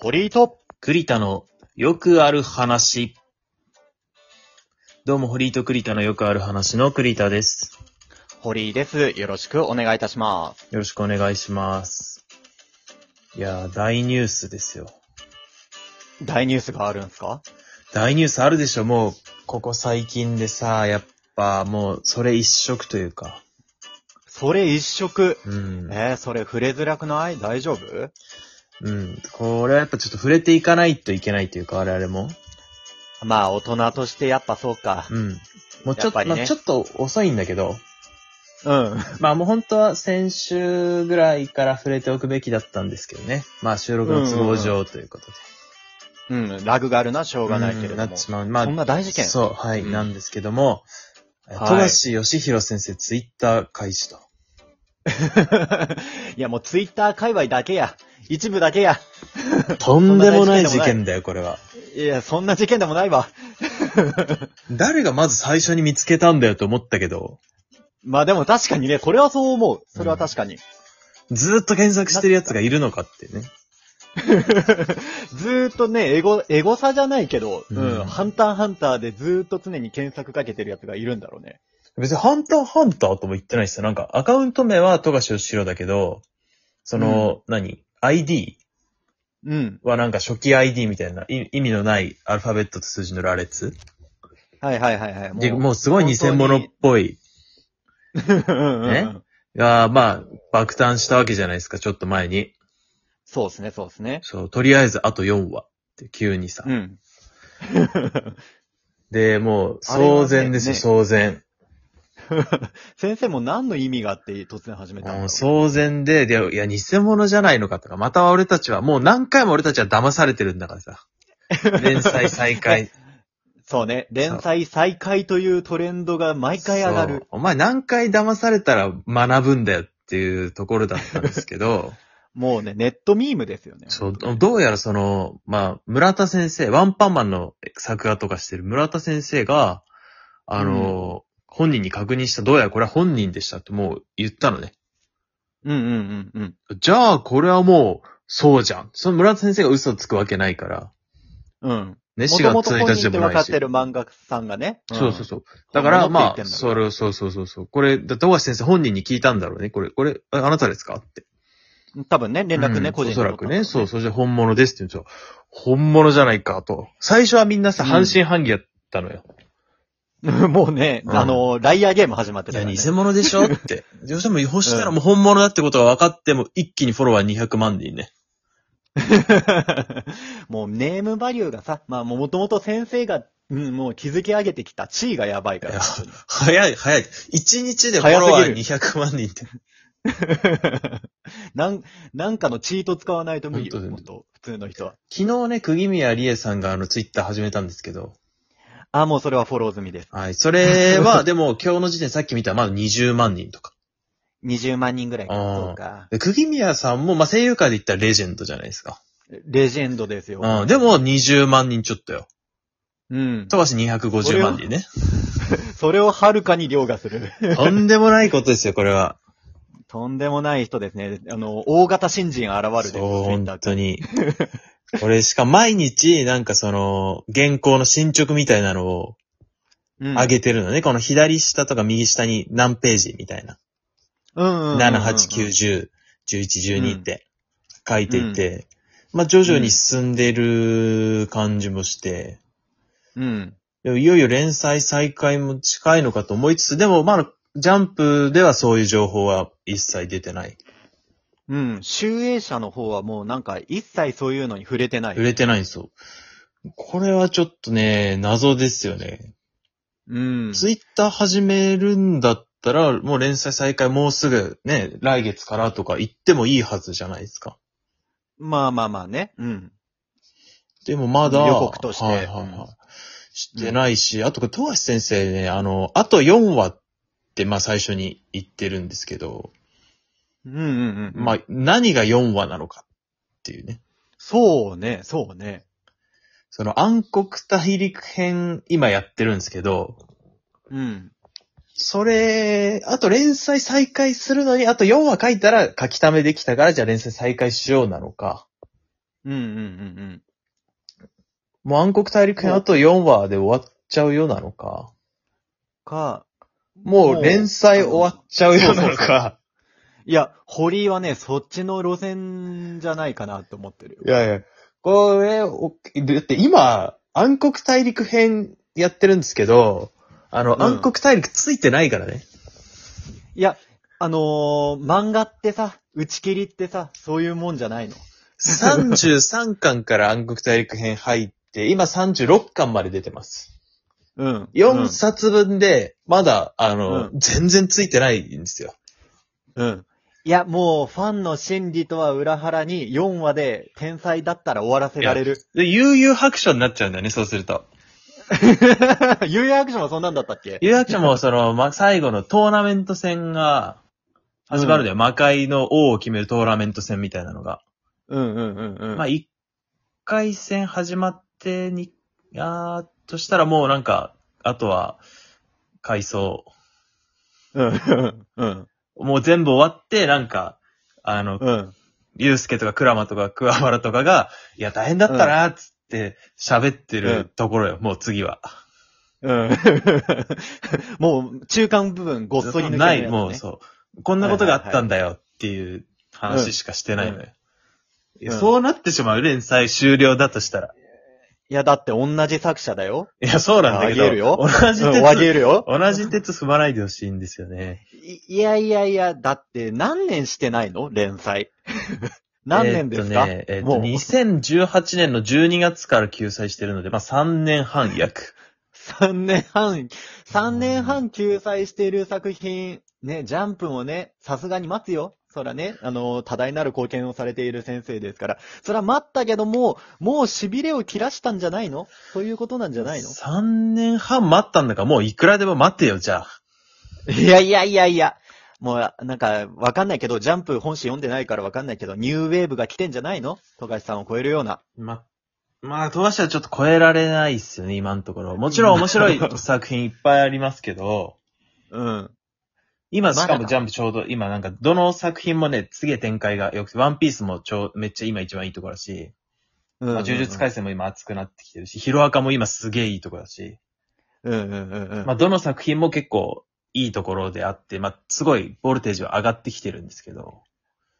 堀井と、栗田のよくある話。どうも、堀井と栗田のよくある話の栗田です。堀井です。よろしくお願いいたします。よろしくお願いします。いやー、大ニュースですよ。大ニュースがあるんすか大ニュースあるでしょもう、ここ最近でさ、やっぱもう、それ一色というか。それ一色。うん。えー、それ触れづらくない大丈夫うん。これはやっぱちょっと触れていかないといけないというか、我々も。まあ、大人としてやっぱそうか。うん。もうやっちょっと、ぱりねまあちょっと遅いんだけど、うん。まあもう本当は先週ぐらいから触れておくべきだったんですけどね。まあ収録の都合上ということで。うん、ラグがあるな、しょうがないけれどなも。ってしまう。まあ、そんな大事件。そう、はい、うんなんですけども、えはい富樫義弘先生、ツイッター開 始と。 いや、もうツイッター界隈だけや。一部だけや。とんでもないそん事な大事件だよ、これは。いや、そんな事件でもないわ。誰がまず最初に見つけたんだよと思ったけど、まあでも確かにね、これはそう思う。それは確かに。ずーっと検索してる奴がいるのかってね。 ずーっとね、エゴ、エゴサじゃないけど、う、うんんハンターハンターでずーっと常に検索かけてるやつがいるんだろうね。別にハンターハンターとも言ってないしさ、なんかアカウント名は富樫義弘だけど、その、何 ?ID うん。はなんか初期 ID みたいない意味のないアルファベットと数字の羅列。はいはいはいはい。で、もうすごい偽物っぽい。う、うんうんうねん。が、まあ、爆誕したわけじゃないですか、ちょっと前に。そうですね、そうですね。そう、とりあえずあと4話って急にさ。うん。 で、もう、あれはね騒然ですよ、ね騒然。先生も何の意味があって突然始めたもうの騒然で、で、いや、偽物じゃないのかとか、また俺たちは、もう何回も俺たちは騙されてるんだか らさ。連載再開。そうね。連載再開というトレンドが毎回上がそうる。お前何回騙されたら学ぶんだよっていうところだったんですけど、もうね、ネットミームですよね。そう、どうやらその、まあ、村田先生、ワンパンマンの作画とかしてる村田先生が、あの、本人に確認した、どうやらこれは本人でしたってもう言ったのね。うんうんうんうん。じゃあ、これはもう、そうじゃん。その村田先生が嘘つくわけないから。うん。ね、も4とも月と1本日で人っても分なかいっし。てる漫画家さんがね。んそうそうそう。だから、本物って言まあ、ってんだそれ、そうそうそうそう。これ、だ富樫先生本人に聞いたんだろうね。これ、これ、ああなたですかって。多分ね、連絡ね、うん個人おでそ取らったんだくろね。そう、そして本物ですって言うんですよ。本物じゃないかと。最初はみんなさ、うん半信半疑やったのよ。 もうね、うんあの、ライアーゲーム始まっていたや、から、ね。偽物 でしょって。どうしても、欲したらもう本物だってことが分かっても、一気にフォロワー200万人ね。 もうネームバリューがさ、まあもともと先生が、うん、もう築き上げてきた地位がやばいかいやら。本早い、早い。1日でフォロワー早200万人って。当に なん、なんかのチート使わないと無理よ、本当だよねもっと、普通の人は。昨日ね、釘宮理恵さんがあのツイッター始めたんですけど、あ、もうそれはフォロー済みです。はい。それは、でも今日の時点さっき見たらまだ20万人とか。 20万人ぐらいか。あーそうか。で釘宮さんも、まあ、声優界で言ったらレジェンドじゃないですか。レジェンドですよ。うん。でも20万人ちょっとよ。うん。富樫250万人ね。それをはるかに凌駕する。 とんでもないことですよ、これは。とんでもない人ですね。あの、大型新人現るです。そう、ツイッ本ター当に。これしか毎日、なんかその、原稿の進捗みたいなのをうん上げてるのね。この左下とか右下に何ページみたいな。うんうんうんうん。 7、8、9、10、11、12って書いていて、まあ徐々に進んでる感じもして、うん。でもいよいよ連載再開も近いのかと思いつつ、でもまあ、ジャンプではそういう情報は一切出てない。うん。集英社の方はもうなんか一切そういうのに触れてない。売れてないんですよ。これはちょっとね、謎ですよね。うん。ツイッター始めるんだったら、もう連載再開もうすぐね、来月からとか言ってもいいはずじゃないですか。まあまあまあね。うん。でもまだ。予告としてはいはいはいうんしてないし、あとこれ、富樫先生ね、あの、あと4話って、まあ最初に言ってるんですけど、うんうんうん。まあ、何が4話なのかっていうね。そうね、そうね。その暗黒大陸編、今やってるんですけど、うん。それ、あと連載再開するのに、あと4話書いたら書き溜めできたから、じゃあ連載再開しようなのか。うんうんうんもう暗黒大陸編あと4話で終わっちゃうようなのか、か、もう連載終わっちゃうようなのか、いや、堀井はね、そっちの路線じゃないかなと思ってるよいやいや、これ、おだって今、暗黒大陸編やってるんですけど、あの、うん暗黒大陸ついてないからね。いや、あのー漫画ってさ、打ち切りってさ、そういうもんじゃないの。 33巻から暗黒大陸編入って、今36巻まで出てます。うん。 4冊分で、まだ、あの、う全然ついてないんですよ。うん。うん。いや、もう、ファンの心理とは裏腹に、4話で天才だったら終わらせられる。で、悠々白書になっちゃうんだよね、そうすると。有役所もそんなんだったっけ悠々白書も、その、ま、最後のトーナメント戦が、始まるんだよ。魔界の王を決めるトーナメント戦みたいなのが。うんうんうんうん。まあ、一回戦始まってに、あーっとしたらもうなんか、あとは、回想。うんうんうんもう全部終わって、なんか、あの、うん。ゆうすけとかクラマとかクワマラとかが、いや、大変だったなーっつって喋ってうんるところよ、もう次は。うん。 もう、中間部分ごっそり抜けなてい、るやつねもうそう。こんなことがあったんだよっていう話しかしてないのよ。いやうんそうなってしまう、連載終了だとしたら。いや、だって同じ作者だよ。いや、そうなんだけど。あげるよ同うじん、鉄わげるよ。同じ鉄踏まないでほしいんですよね。いいやいやいや、だって何年してないの連 載。何年ですか、えっとね、えっもと、う2018年の12月から休載してるので、まあ3年半約。 ?3 年半、3年半救済している作品、ね、ジャンプもね、さすがに待つよ。そらね、あの、多大なる貢献をされている先生ですから。そら待ったけども、もう痺れを切らしたんじゃないのそういうことなんじゃないの ?3 年半待ったんだから、もういくらでも待てよ、じゃあ。いやいやいやいや。もう、なんか、わかんないけど、ジャンプ本誌読んでないからわかんないけど、ニューウェーブが来てんじゃないの富樫さんを超えるような。ま、まあ、飛ばしはちょっと超えられないっすよね、今のところ。もちろん面白い作品いっぱいありますけど、うん。今しかまだもジャンプちょうど、今なんかどの作品もね、すげえ展開が良くて、ワンピースもちょう、めっちゃ今一番いいところだし、うんまあ、呪術改正も今熱くなってきてるし、ヒロアカも今すげえいいところだし、うんうんうんうん。まあ、どの作品も結構いいところであって、まあ、すごいボルテージは上がってきてるんですけど、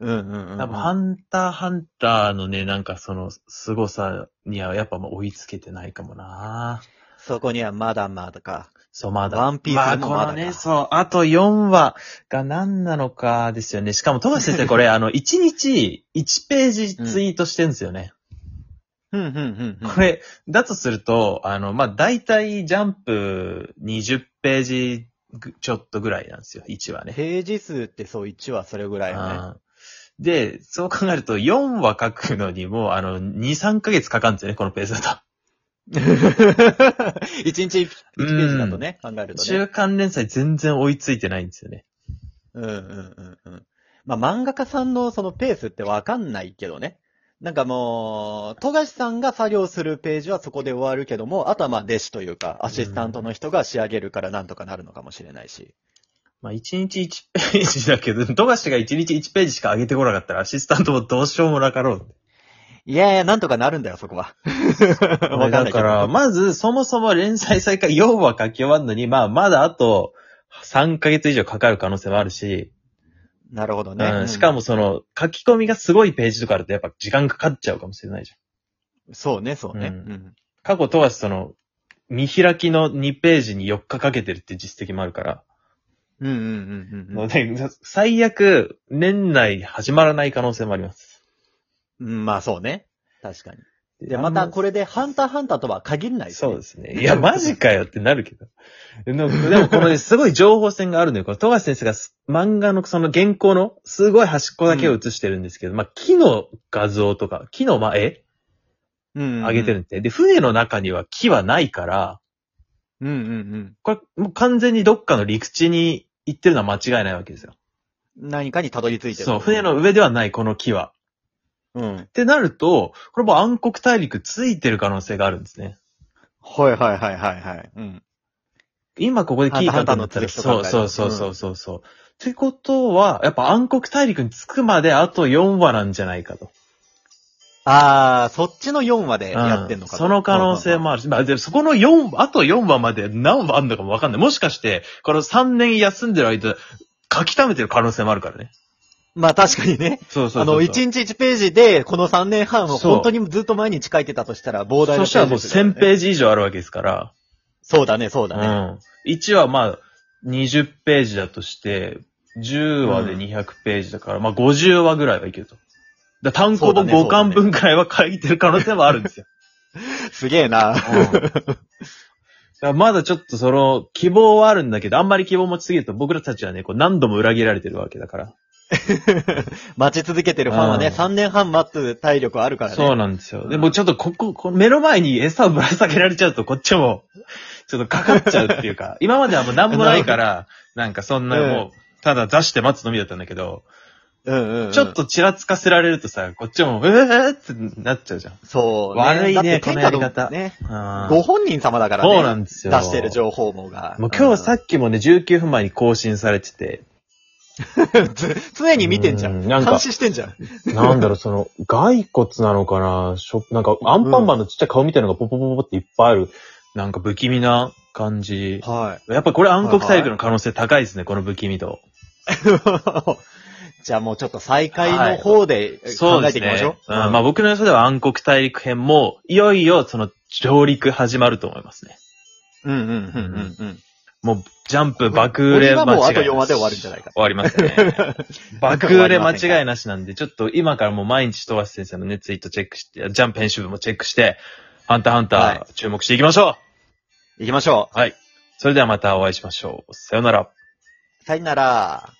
うんうんうん。多分、ハンターハンターのね、なんかその、凄さにはやっぱもう追いつけてないかもなそこにはまだまだか。そう、まだ。ワンピースまあ、もこまだのね、かそう、あと4話が何なのかですよね。しかも、飛ば 先生これ、あの、1日1ページツイートしてるんですよね。うんうんうん うん。これ、だとすると、あの、まあ、大体ジャンプ20ページぐちょっとぐらいなんですよ、1話ね。ページ数ってそう1はそれぐらいよね。うんで、そう考えると、4話書くのにもう、あの、2、3ヶ月かかるんですよね、このペースだ 1日1ページだとね、考えると。とね。中間連載全然追いついてないんですよね。うんうんうんうん。まあ漫画家さんのそのペースってわかんないけどね。なんかもう、富樫さんが作業するページはそこで終わるけども、あとはまあ弟子というか、アシスタントの人が仕上げるからなんとかなるのかもしれないし。まあ、1日1ページだけど、富樫が1日1ページしか上げてこなかったら、アシスタントもどうしようもなかろう。いやいや、なんとかなるんだよ、そこ は。 わかんないだけどから、まず、そもそも連載再開4話書き終わるのに、まあ、まだあと、3ヶ月以上かかる可能性もあるし、なるほどね。う、うんんしかもその、書き込みがすごいページとかあると、やっぱ時間かかっちゃうかもしれないじゃん。そうね、そうね。ううんん。過去とはその、見開きの2ページに4日かけてるって実績もあるから。うんうんうんうんうのんで、 最悪、年内始まらない可能性もあります。うん。まあそうね。確かに。で、またこれ、れでハンターハンターとは限らないですねそうですね。いや、マジかよってなるけど。 でも、でもこのね、すごい情報戦があるのよ。この富樫先生がす漫画のその原稿のすごい端っこだけを映してるんですけど、まあ、木の画像とか、木の、まあ、絵うん。上げてるんで。で、船の中には木はないから、うんうんこれ、もう完全にどっかの陸地に行ってるのは間違いないわけですよ。うん。何かにたどり着いてる。そう、船の。上ではない、この木は。うんっ。てなると、これもう暗黒大陸ついてる可能性があるんですね。はいはいはいはいはい。うん。今ここで木ハン書ターくんだったハンターの続ら、きと考えそるうそうそうそうそうそう。ってことは、やっぱ暗黒大陸に着くまであと4話なんじゃないかと。ああ、そっちの4話でやってんのかうとその可能性もあるし、まあで、そこの4、あと4話まで何話あんのかもわかんない。もしかして、この3年休んでる間、書き溜めてる可能性もあるからね。まあ確かにね。そうそうそうあの、1日1ページで、この3年半をそう本当にずっと毎日書いてたとしたら、膨大なそしたらもペうージ数だよね1000ページ以上あるわけですから。そうだね、そうだね。うん。1はまあ、20ページだとして、10話で200ページだから、まあ50話ぐらいはいけると。だから単行本そうだね5巻分くらいは書いてる可能性もあるんですよ。すげえな。 だからまだちょっとその、希望はあるんだけど、あんまり希望持ちすぎると僕らたちはね、こう何度も裏切られてるわけだから。待ち続けてるファンはね、うん3年半待つ体力あるからね。そうなんですよ。でもちょっとここ、この目の前に餌をぶら下げられちゃうと、こっちも、ちょっとかかっちゃうっていうか、今まではもう何もないから、なんかそんなもう、ただ出して待つのみだったんだけど、うんうんうん。ちょっ。とちらつかせられるとさ、こっちも、えーってなっちゃうじゃん。そう、悪いだねってこ天の下やり方ね。あーご本人様だからね。そうなんですよ。出してる情報網が。もう今日うさんっきもね、19分前に更新されてて、つ常に見てんじゃん。うんなんか監視してんじゃん。 なんだろう、その、骸骨なのかなしょ、なんか、アンパンマンのちっちゃい顔みたいなのがポポポポっていっぱいある。なんか不気味な感じ。はい。 やっぱこれ暗黒大陸の可能性高いですね、この不気味度。じゃあもうちょっと再開の方で考えていきましょう。うんまあ僕の予想では暗黒大陸編も、いよいよその上陸始まると思いますね。うんうんうんうんうん。もう、ジャンプ爆売れ間違いなこれし。はもうあと4話で終わるんじゃないか終わりますね。 爆売れ間違いなしなんで、ちょっと今からもう毎日富樫先生のね、ツイートチェックして、ジャンプ編集部もチェックして、ハンターハンはター注目していきましょう、行きましょはい。それではまたお会いしましょう。さようなら。う。さよなら。